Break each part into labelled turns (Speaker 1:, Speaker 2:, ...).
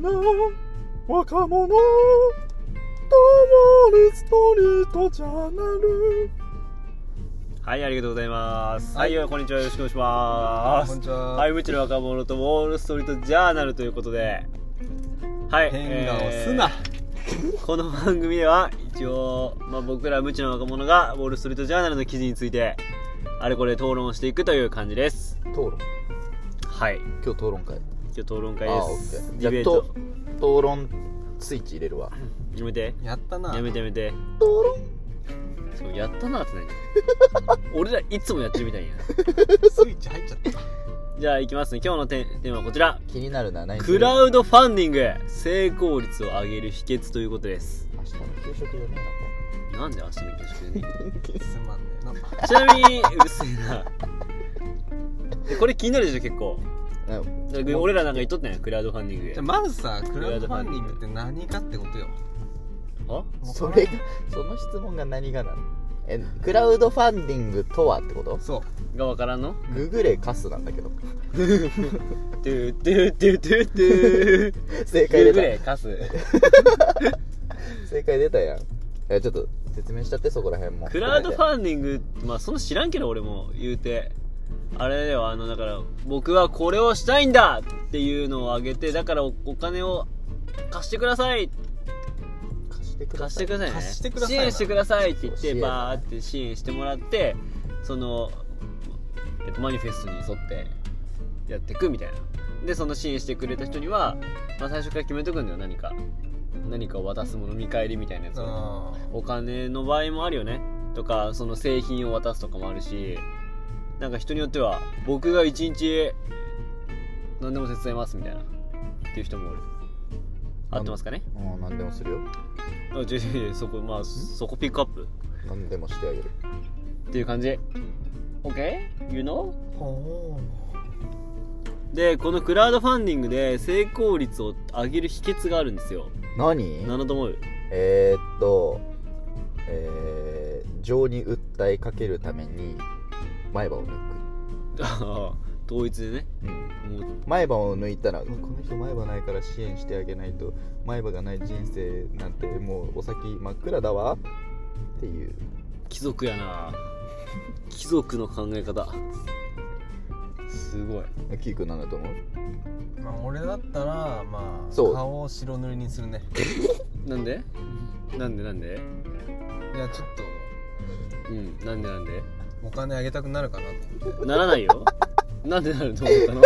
Speaker 1: な若者ともりストリートジャーナルはいありがとうございますはい、
Speaker 2: は
Speaker 1: こんにちはよろしくお願いしま
Speaker 2: こん
Speaker 1: す
Speaker 2: にちは。
Speaker 1: はい無知の若者とモールストリートジャーナルということではい
Speaker 2: 変顔すな。
Speaker 1: この番組では一応、まあ、僕ら無知の若者がウォール・ストリート・ジャーナルの記事についてあれこれ討論していくという感じです
Speaker 2: 討論。
Speaker 1: はい
Speaker 2: 今日討論会。
Speaker 1: 今日討論会
Speaker 3: ああ、オ
Speaker 1: で
Speaker 3: ッケー。
Speaker 1: す
Speaker 3: じ
Speaker 1: デ
Speaker 3: ゃ
Speaker 1: ィ
Speaker 3: あ
Speaker 1: ベー
Speaker 3: と
Speaker 1: ト
Speaker 3: 討論スイッチ入れるわ。
Speaker 1: やめて
Speaker 2: やったな。
Speaker 1: やめてやめて
Speaker 3: 討論
Speaker 1: そうやったなって何俺らいつもやってるみたいや
Speaker 2: スイッチ入っちゃった。
Speaker 1: じゃあいきますね今日のテーテーマはこちら
Speaker 3: 気になるな、何
Speaker 1: クラウドファンディング成功率を上げる秘訣ということです
Speaker 3: 明日の給食じゃね
Speaker 1: なんで明日の給食で
Speaker 3: え
Speaker 1: ね
Speaker 3: な、これ。
Speaker 2: すまんねえ な。
Speaker 1: ちなみにうるせえ なでこれ気になるでしょ結構
Speaker 3: うん
Speaker 1: だから俺らなんか言っとったやんクラウドファンディングで
Speaker 2: じゃあまずさ、クラウドファンディングって何かってことよ。
Speaker 1: あ
Speaker 3: それが、その質問が何がなのえ、クラウドファンディングとはってこと
Speaker 2: そ
Speaker 1: がわからんの
Speaker 3: ググレカスなんだけど。
Speaker 1: トゥートゥートゥートゥート ゥー
Speaker 3: 正
Speaker 1: グ
Speaker 3: 解
Speaker 1: ーグ
Speaker 3: 出
Speaker 1: レカス
Speaker 3: た。正解出たやん。え、ちょっと説明しちゃって、そこら辺も。
Speaker 1: クラウドフ
Speaker 3: ン
Speaker 1: ァンディングまあその知らんけど俺も言うてあれだよあのだから僕はこれをしたいんだっていうのをあげてだからおお金を貸してください
Speaker 3: 貸してくだ
Speaker 1: 貸し
Speaker 3: さ
Speaker 1: て
Speaker 3: い。
Speaker 1: くださいね
Speaker 2: 貸してください
Speaker 1: 支援してくださいって言っ
Speaker 3: そう
Speaker 1: て
Speaker 3: 支援
Speaker 1: バーって支援してもらってその、えっと、マニフェストに沿ってやっていくみたいなでその支援してくれた人には、まあ、最初から決めとくんだよ何か何かを渡すもの見返りみたいなや
Speaker 2: う。
Speaker 1: つ
Speaker 2: う
Speaker 1: を
Speaker 2: ん。
Speaker 1: お金の場合もあるよねとかその製品を渡すとかもあるしなんか人によっては僕が一日何でも手伝いますみたいなっていう人もおる合ってますかね
Speaker 3: うん、何でもするよ。
Speaker 1: あ違う違う違うそこまあそこピックアップ
Speaker 3: 何でもしてあげる。
Speaker 1: っていう感じ OK?You know?
Speaker 2: ほ
Speaker 1: でこのクラウドファンディングで成功率を上げる秘訣があるんですよ
Speaker 3: 何
Speaker 1: 何だと思う
Speaker 3: えー、っと、えー、情に訴えかけるために前歯を抜
Speaker 1: あー統一でね
Speaker 3: く、うん、
Speaker 1: もう
Speaker 3: 前歯を抜いたらうんこの人前歯ないから支援してあげないと前歯がない人生なんてもうお先真っ暗だわっていう
Speaker 1: 貴族やな貴族の考え方すごい
Speaker 3: キーくんなんだと思う
Speaker 2: う。まあ俺だったら、まあ、
Speaker 3: そう
Speaker 2: 顔を白塗りにするね。
Speaker 1: なんでなんでなんで
Speaker 2: いや、ちょっと、
Speaker 1: うんなんでなんで
Speaker 2: お金あげたくなるかなと思って。
Speaker 1: ならない よなんでなると思ったの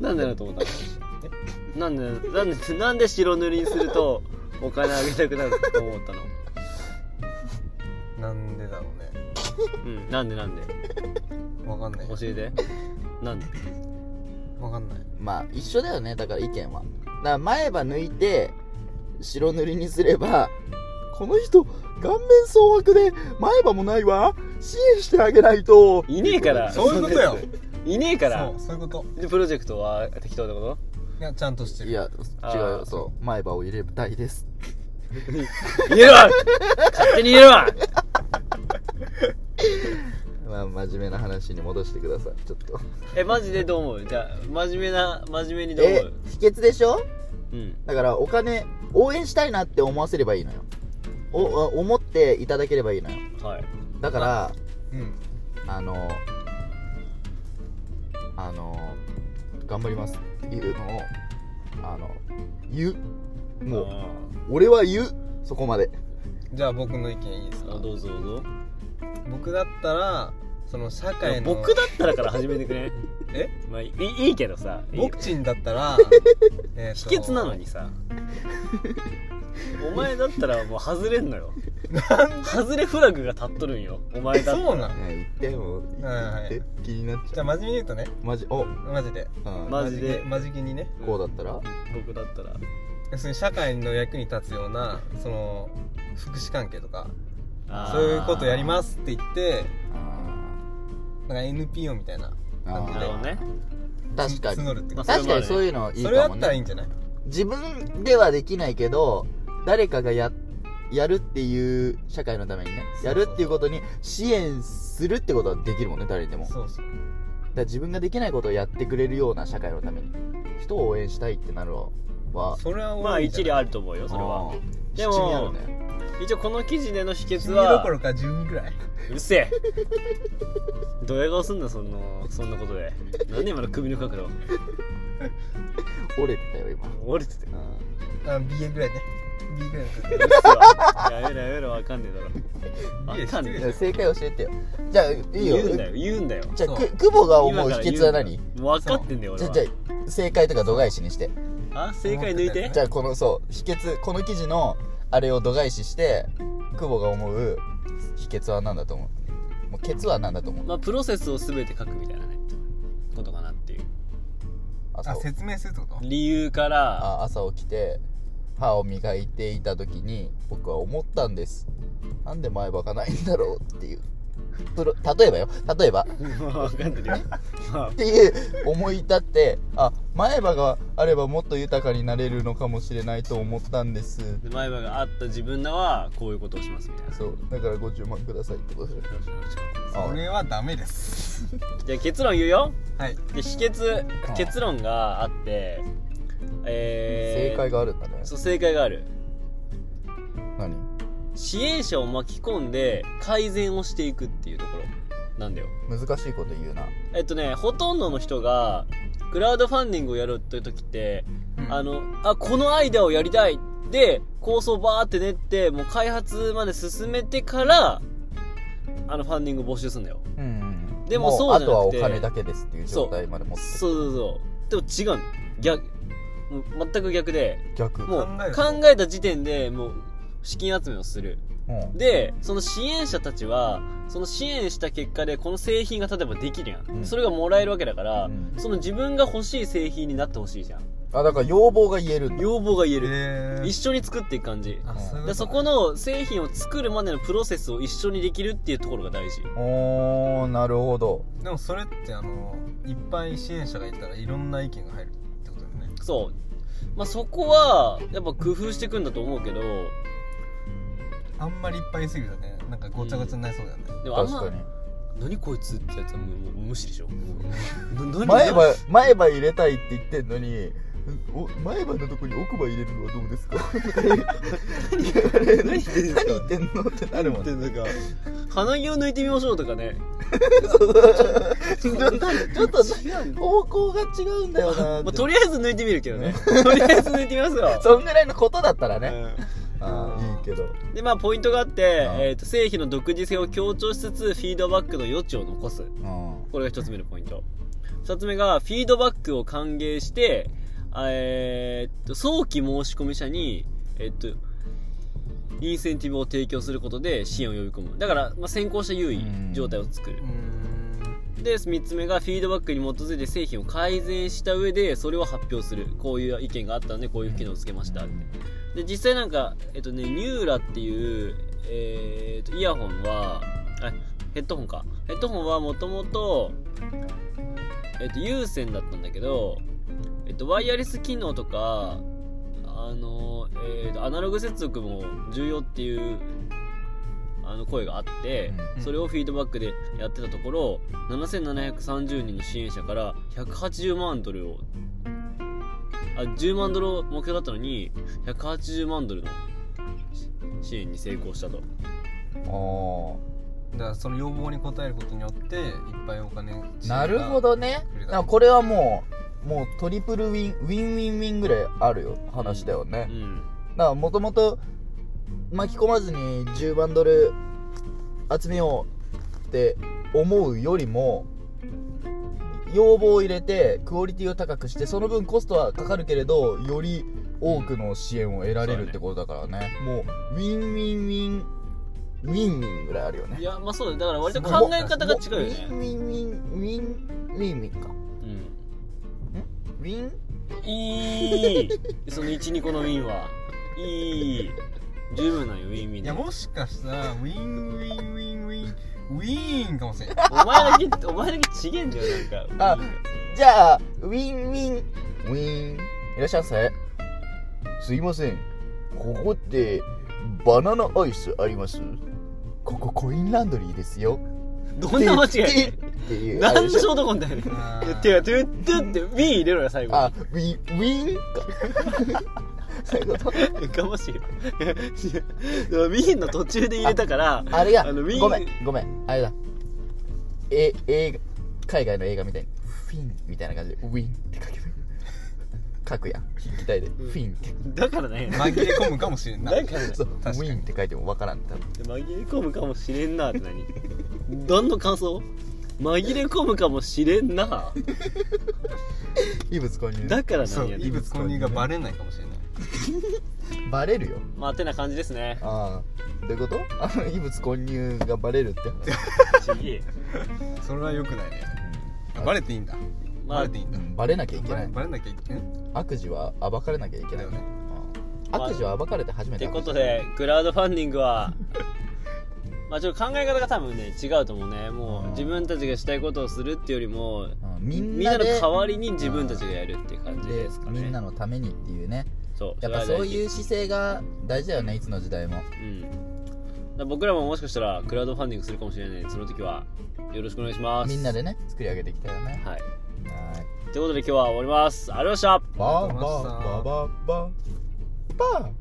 Speaker 1: なんでなると思ったのなんでなんでなんで白塗りにするとお金あげたくなると思ったの
Speaker 2: なんでだろうね。
Speaker 1: うんなんでなんで
Speaker 2: わかんない
Speaker 1: 教。えてなんで
Speaker 2: わかんない。
Speaker 3: まあ一緒だよねだから意見はだから前歯抜いて白塗りにすればこの人顔面蒼白で前歯もないわ支援してあげないと
Speaker 1: いねえから
Speaker 2: そういうことよ。
Speaker 1: いねえから
Speaker 2: そう、そういうこと。
Speaker 1: でプロジェクトは適当ってこ
Speaker 2: いや、ちゃんとしてる。
Speaker 3: いや
Speaker 1: あ
Speaker 3: 違う
Speaker 1: ー
Speaker 3: よそう前歯を入れたいです
Speaker 1: と言えろ勝手に言えろ
Speaker 3: まあ真面目な話に戻してくださいちょっと
Speaker 1: えマジでどう思うじゃあ真面目な真面目にどう思
Speaker 3: え
Speaker 1: う
Speaker 3: 秘訣でしょ
Speaker 1: うん
Speaker 3: だからお金応援したいなって思わせればいいのよおあ思っていただければいいのよ
Speaker 1: はい
Speaker 3: だから
Speaker 2: うん。
Speaker 3: あのあの頑張りますっていうのをあの言うもう俺は言うそこまで
Speaker 2: じゃあ僕の意見いいです
Speaker 1: あ
Speaker 2: か
Speaker 1: ーあどうぞどうぞ
Speaker 2: 僕だったら、その社会の。
Speaker 1: 僕だったらから始めてくれん
Speaker 2: え
Speaker 1: まあいいいいけどさいいよ
Speaker 2: ボクチンだったらえーと
Speaker 1: 秘訣なのにさ お前だったらもう外れんのよ外れフラグが立っとるんよお前だった
Speaker 2: そう
Speaker 1: ら
Speaker 2: なの
Speaker 3: ね言っても
Speaker 2: はい
Speaker 3: 言って気になっち
Speaker 2: じ
Speaker 3: ゃ
Speaker 2: ゃあ
Speaker 3: う
Speaker 2: 真面目に言うとね
Speaker 3: マジお、うん、
Speaker 2: マジで
Speaker 1: マジで
Speaker 2: マジ気にね
Speaker 3: こうだったら
Speaker 1: 僕だったら
Speaker 2: 要するに社会の役に立つようなその福祉関係とか
Speaker 1: あー
Speaker 2: そういうことやりますって言って
Speaker 3: あ
Speaker 2: なんか NPO みたいな
Speaker 3: ーあ
Speaker 1: なるほど
Speaker 3: ー
Speaker 1: ね
Speaker 3: 確かに
Speaker 2: 募るってこと
Speaker 1: まあ
Speaker 3: 確かにそういうのいい
Speaker 2: それだ
Speaker 3: かも
Speaker 2: ったらいい
Speaker 3: ね
Speaker 2: んじゃない
Speaker 3: 自分ではできないけど誰かがややるっていう社会のためにね
Speaker 2: そう
Speaker 3: やるっていうことに支援するってことはできるもんね誰にでもだか
Speaker 2: そうそう
Speaker 3: ら自分ができないことをやってくれるような社会のために人を応援したいってなるは
Speaker 2: それは
Speaker 1: まあ
Speaker 2: 多いん
Speaker 1: 一
Speaker 2: じゃ
Speaker 1: 理
Speaker 2: ない
Speaker 1: あると思うよそれは
Speaker 3: あー
Speaker 1: でも
Speaker 3: 七味あるね
Speaker 1: 一応この記事での秘訣
Speaker 2: 12ど
Speaker 1: は
Speaker 2: ころか12ぐらいう
Speaker 1: るせえドヤ顔すんなそのそんなことで何で今の首の角度
Speaker 3: 折れてたよ今
Speaker 1: 折れてて
Speaker 3: うん
Speaker 2: あ BA ぐらいね B ぐら
Speaker 1: う
Speaker 2: いの
Speaker 1: るせえわやめろやめろわかんねえだろわ
Speaker 2: BA
Speaker 1: かん
Speaker 2: 失
Speaker 1: ね
Speaker 2: 礼
Speaker 1: え
Speaker 2: だよ
Speaker 3: 正解教えてよじゃあいいよ
Speaker 1: 言うんだよ言うんだよ
Speaker 3: じゃあ
Speaker 2: そう
Speaker 3: く久保が思う秘訣は何
Speaker 1: 今から言うんだよ分かってんだ
Speaker 3: じゃあ
Speaker 1: よ俺は
Speaker 3: じゃあ正解とか度外視にして
Speaker 1: あ正解抜いて
Speaker 3: じゃあこのそう秘訣この記事のあれを度外視して久保が思う秘訣は何だと思うもうケツは何だと思う
Speaker 1: まあプロセスを全て書くみたいなねことかなっていう
Speaker 3: 朝
Speaker 2: あ説明するってこと
Speaker 1: 理由から
Speaker 3: あ朝起きて歯を磨いていた時に僕は思ったんですなんで前歯がないんだろうっていうプロ例えばよ例えばっ
Speaker 1: 分かんないよまあ
Speaker 3: ていう思い立ってあ前歯があればもっと豊かになれるのかもしれないと思ったんです
Speaker 1: で前歯があった自分らはこういうことをしますみたいな
Speaker 3: そうだから50万くださいってことであ
Speaker 2: それはダメです
Speaker 1: じゃあ結論言うよ
Speaker 2: はい
Speaker 1: で秘訣
Speaker 3: うん
Speaker 1: 結論があってえー、
Speaker 3: 正解があるんだね
Speaker 1: そう正解がある
Speaker 3: 何
Speaker 1: 支援者を巻き込んで改善をしていくっていうところなんだよ
Speaker 3: 難しいこと言うな
Speaker 1: えっとねほとんどの人がクラウドファンディングをやるという時って、あのあこのアイデアをやりたいで構想バーって練ってもう開発まで進めてからあのファンディング募集するんだよ
Speaker 3: うんうん、
Speaker 1: でもそうじゃなくて
Speaker 3: あとはお金だけですっていう状態まで持って
Speaker 1: そうそうそうでも違うの逆もう全く逆で
Speaker 3: 逆
Speaker 1: もう
Speaker 2: 考える
Speaker 1: 考えた時点でもう資金集めをする
Speaker 3: うん
Speaker 1: でその支援者たちはその支援した結果でこの製品が例えばできるやん、
Speaker 3: うん
Speaker 1: それがもらえるわけだから、
Speaker 3: うん
Speaker 1: その自分が欲しい製品になってほしいじゃん
Speaker 3: あだから要望が言えるんだ
Speaker 1: 要望が言える、
Speaker 2: えー
Speaker 1: 一緒に作っていく感じ
Speaker 2: あそういう
Speaker 1: でそこの製品を作るまでのプロセスを一緒にできるっていうところが大事
Speaker 3: おーなるほど
Speaker 2: でもそれってあのいっぱい支援者がいたらいろんな意見が入るってことだよね
Speaker 1: そうまあそこはやっぱ工夫していくんだと思うけど
Speaker 2: あんまりいっぱい言いすぎるとねなんかごちゃごちゃになりそうだよね、
Speaker 1: でもあん
Speaker 3: 確
Speaker 1: ま
Speaker 3: かに
Speaker 1: 何こいつってやつはもうもう無視でしょもうな
Speaker 3: 前
Speaker 1: 何
Speaker 3: 歯前歯入れたいって言ってんのにお前歯のとこに奥歯入れるのはどうですか
Speaker 1: 何言ってんすか
Speaker 3: 何言ってんのってなるもん
Speaker 1: なんか鼻毛を抜いてみましょうと かね
Speaker 3: ちょっと
Speaker 1: ちょ違うんだ
Speaker 3: 方向が違うんだよな
Speaker 1: ま
Speaker 3: っ
Speaker 1: あ、
Speaker 3: て
Speaker 1: とりあえず抜いてみるけどねとりあえず抜いてみますよ、
Speaker 3: そんぐらいのことだったらね、
Speaker 1: う
Speaker 3: あーいいけど
Speaker 1: んでまあポイントがあって
Speaker 3: う、ん
Speaker 1: えー、と製品の独自性を強調しつつフィードバックの余地を残すこれが一つ目のポイント二つ目がフィードバックを歓迎して、えーっと早期申し込み者に、えっとインセンティブを提供することで支援を呼び込むだから、まあ、先行者優位状態を作る
Speaker 2: うーん
Speaker 1: で3つ目がフィードバックに基づいて製品を改善した上でそれを発表するこういう意見があったんでこういう機能をつけましたで実際なんかえっとねニューラっていう、えー、とイヤホンはあヘッドホンかヘッドホンはもともとえっと有線だったんだけどえっとワイヤレス機能とかあの、えー、とアナログ接続も重要っていうあの声があって、
Speaker 2: うん
Speaker 1: それをフィードバックでやってたところ7730人の支援者から180万ドルをあ10万ドルを目標だったのに180万ドルの支援に成功したと
Speaker 3: お
Speaker 2: だからその要望に応えることによっていっぱいお金
Speaker 3: ーなるほどね
Speaker 2: うん
Speaker 3: なんかこれはもうもうトリプルウィンウィンウィンウィンぐらいあるよ話だよね、
Speaker 1: うん
Speaker 3: だからもともと巻き込まずに10万ドル集めようって思うよりも要望を入れてクオリティを高くしてその分コストはかかるけれどより多くの支援を得られるってことだからね,、もうウィンウィンウィンウィンウィンぐらいあるよ
Speaker 1: い
Speaker 3: ね
Speaker 1: やまあそうだよだから割と考え方が違うよ
Speaker 3: ウィンウ
Speaker 1: ね、
Speaker 3: ィンウィンウィンウィンウィンかウィン
Speaker 1: うん、いいその12個のウィンはいい十分なんよウィンウィン
Speaker 2: い
Speaker 1: で
Speaker 2: やもしかしたらウィンウィンウィンウィンウィーンかもしれない
Speaker 1: お前だけお前だけちげえんだよなんか
Speaker 3: あじゃあウィンウィンウィーンいらっしゃいませすいませんここってバナナアイスありますここコインランドリーですよ
Speaker 1: どんな間違い
Speaker 3: ってっていうあ
Speaker 1: な
Speaker 3: れ
Speaker 1: ん
Speaker 3: で
Speaker 1: で
Speaker 3: しょ
Speaker 1: 衝動コンだよね
Speaker 2: あ
Speaker 1: い
Speaker 2: ー
Speaker 1: やてかトゥットゥッってウィー入れろよ最後
Speaker 3: あウィウィーンかそういうこと
Speaker 1: にか もしいウィーンの途中で入れたから
Speaker 3: あれが
Speaker 1: あのウィーン
Speaker 3: ごめんごめんあれだえ映画海外の映画みたいにフィンみたいな感じでウィンって書けばいい書 くやん筆記体でフィンって、
Speaker 1: だからね
Speaker 2: 紛れ込むかもしれんな
Speaker 1: だからね
Speaker 3: そうウ
Speaker 2: 確かに
Speaker 3: ィンって書いてもわからん多分
Speaker 1: 紛れ込むかもしれんなって何どんの感想紛れ込むかもしれんな
Speaker 3: 異物購入
Speaker 1: だから
Speaker 2: そ
Speaker 1: なん
Speaker 2: う
Speaker 1: や
Speaker 2: 異
Speaker 1: ね
Speaker 2: 物混入がバレないかもしれない
Speaker 3: バレるよ
Speaker 1: まあてな感じですね
Speaker 3: ああどういうこと あの異物混入がバレ るって話、
Speaker 1: 次
Speaker 2: それは良くないねバレていいんだ
Speaker 1: ま
Speaker 2: バ
Speaker 1: あ
Speaker 2: レていいん
Speaker 3: う
Speaker 2: だ
Speaker 3: ん、バレなきゃいけ
Speaker 2: バ
Speaker 3: な
Speaker 2: レ
Speaker 3: い
Speaker 2: バレなきゃいけない
Speaker 3: 悪事は暴かれなきゃいけ
Speaker 2: だ
Speaker 3: ない
Speaker 2: よね
Speaker 3: うん悪事は暴かれて初め
Speaker 1: ってて
Speaker 3: 悪事
Speaker 1: ことでクラウドファンディングはまあちょっと考え方が多分ね違うと思うねもう自分たちがしたいことをするっていうよりも
Speaker 3: うんみん
Speaker 1: みん
Speaker 3: な
Speaker 1: なの
Speaker 3: で
Speaker 1: 代わりに自分たちがやるっていう感じ
Speaker 3: で
Speaker 1: ですか
Speaker 3: みんな
Speaker 1: ね
Speaker 3: のためにっていうね
Speaker 1: そう
Speaker 3: やっぱ
Speaker 1: れは
Speaker 3: そう
Speaker 1: 大事
Speaker 3: いう姿勢が大事だよねいつの時代も
Speaker 1: うんだから僕らももしかしたらクラウドファンディングするかもしれないのでその時はよろしくお願いします
Speaker 3: みんなでね作り上げていきたいよね
Speaker 1: はい
Speaker 3: はい
Speaker 1: ということで今日は終わりますありがとうございました
Speaker 3: バ
Speaker 2: ありがとうございました
Speaker 3: バババババ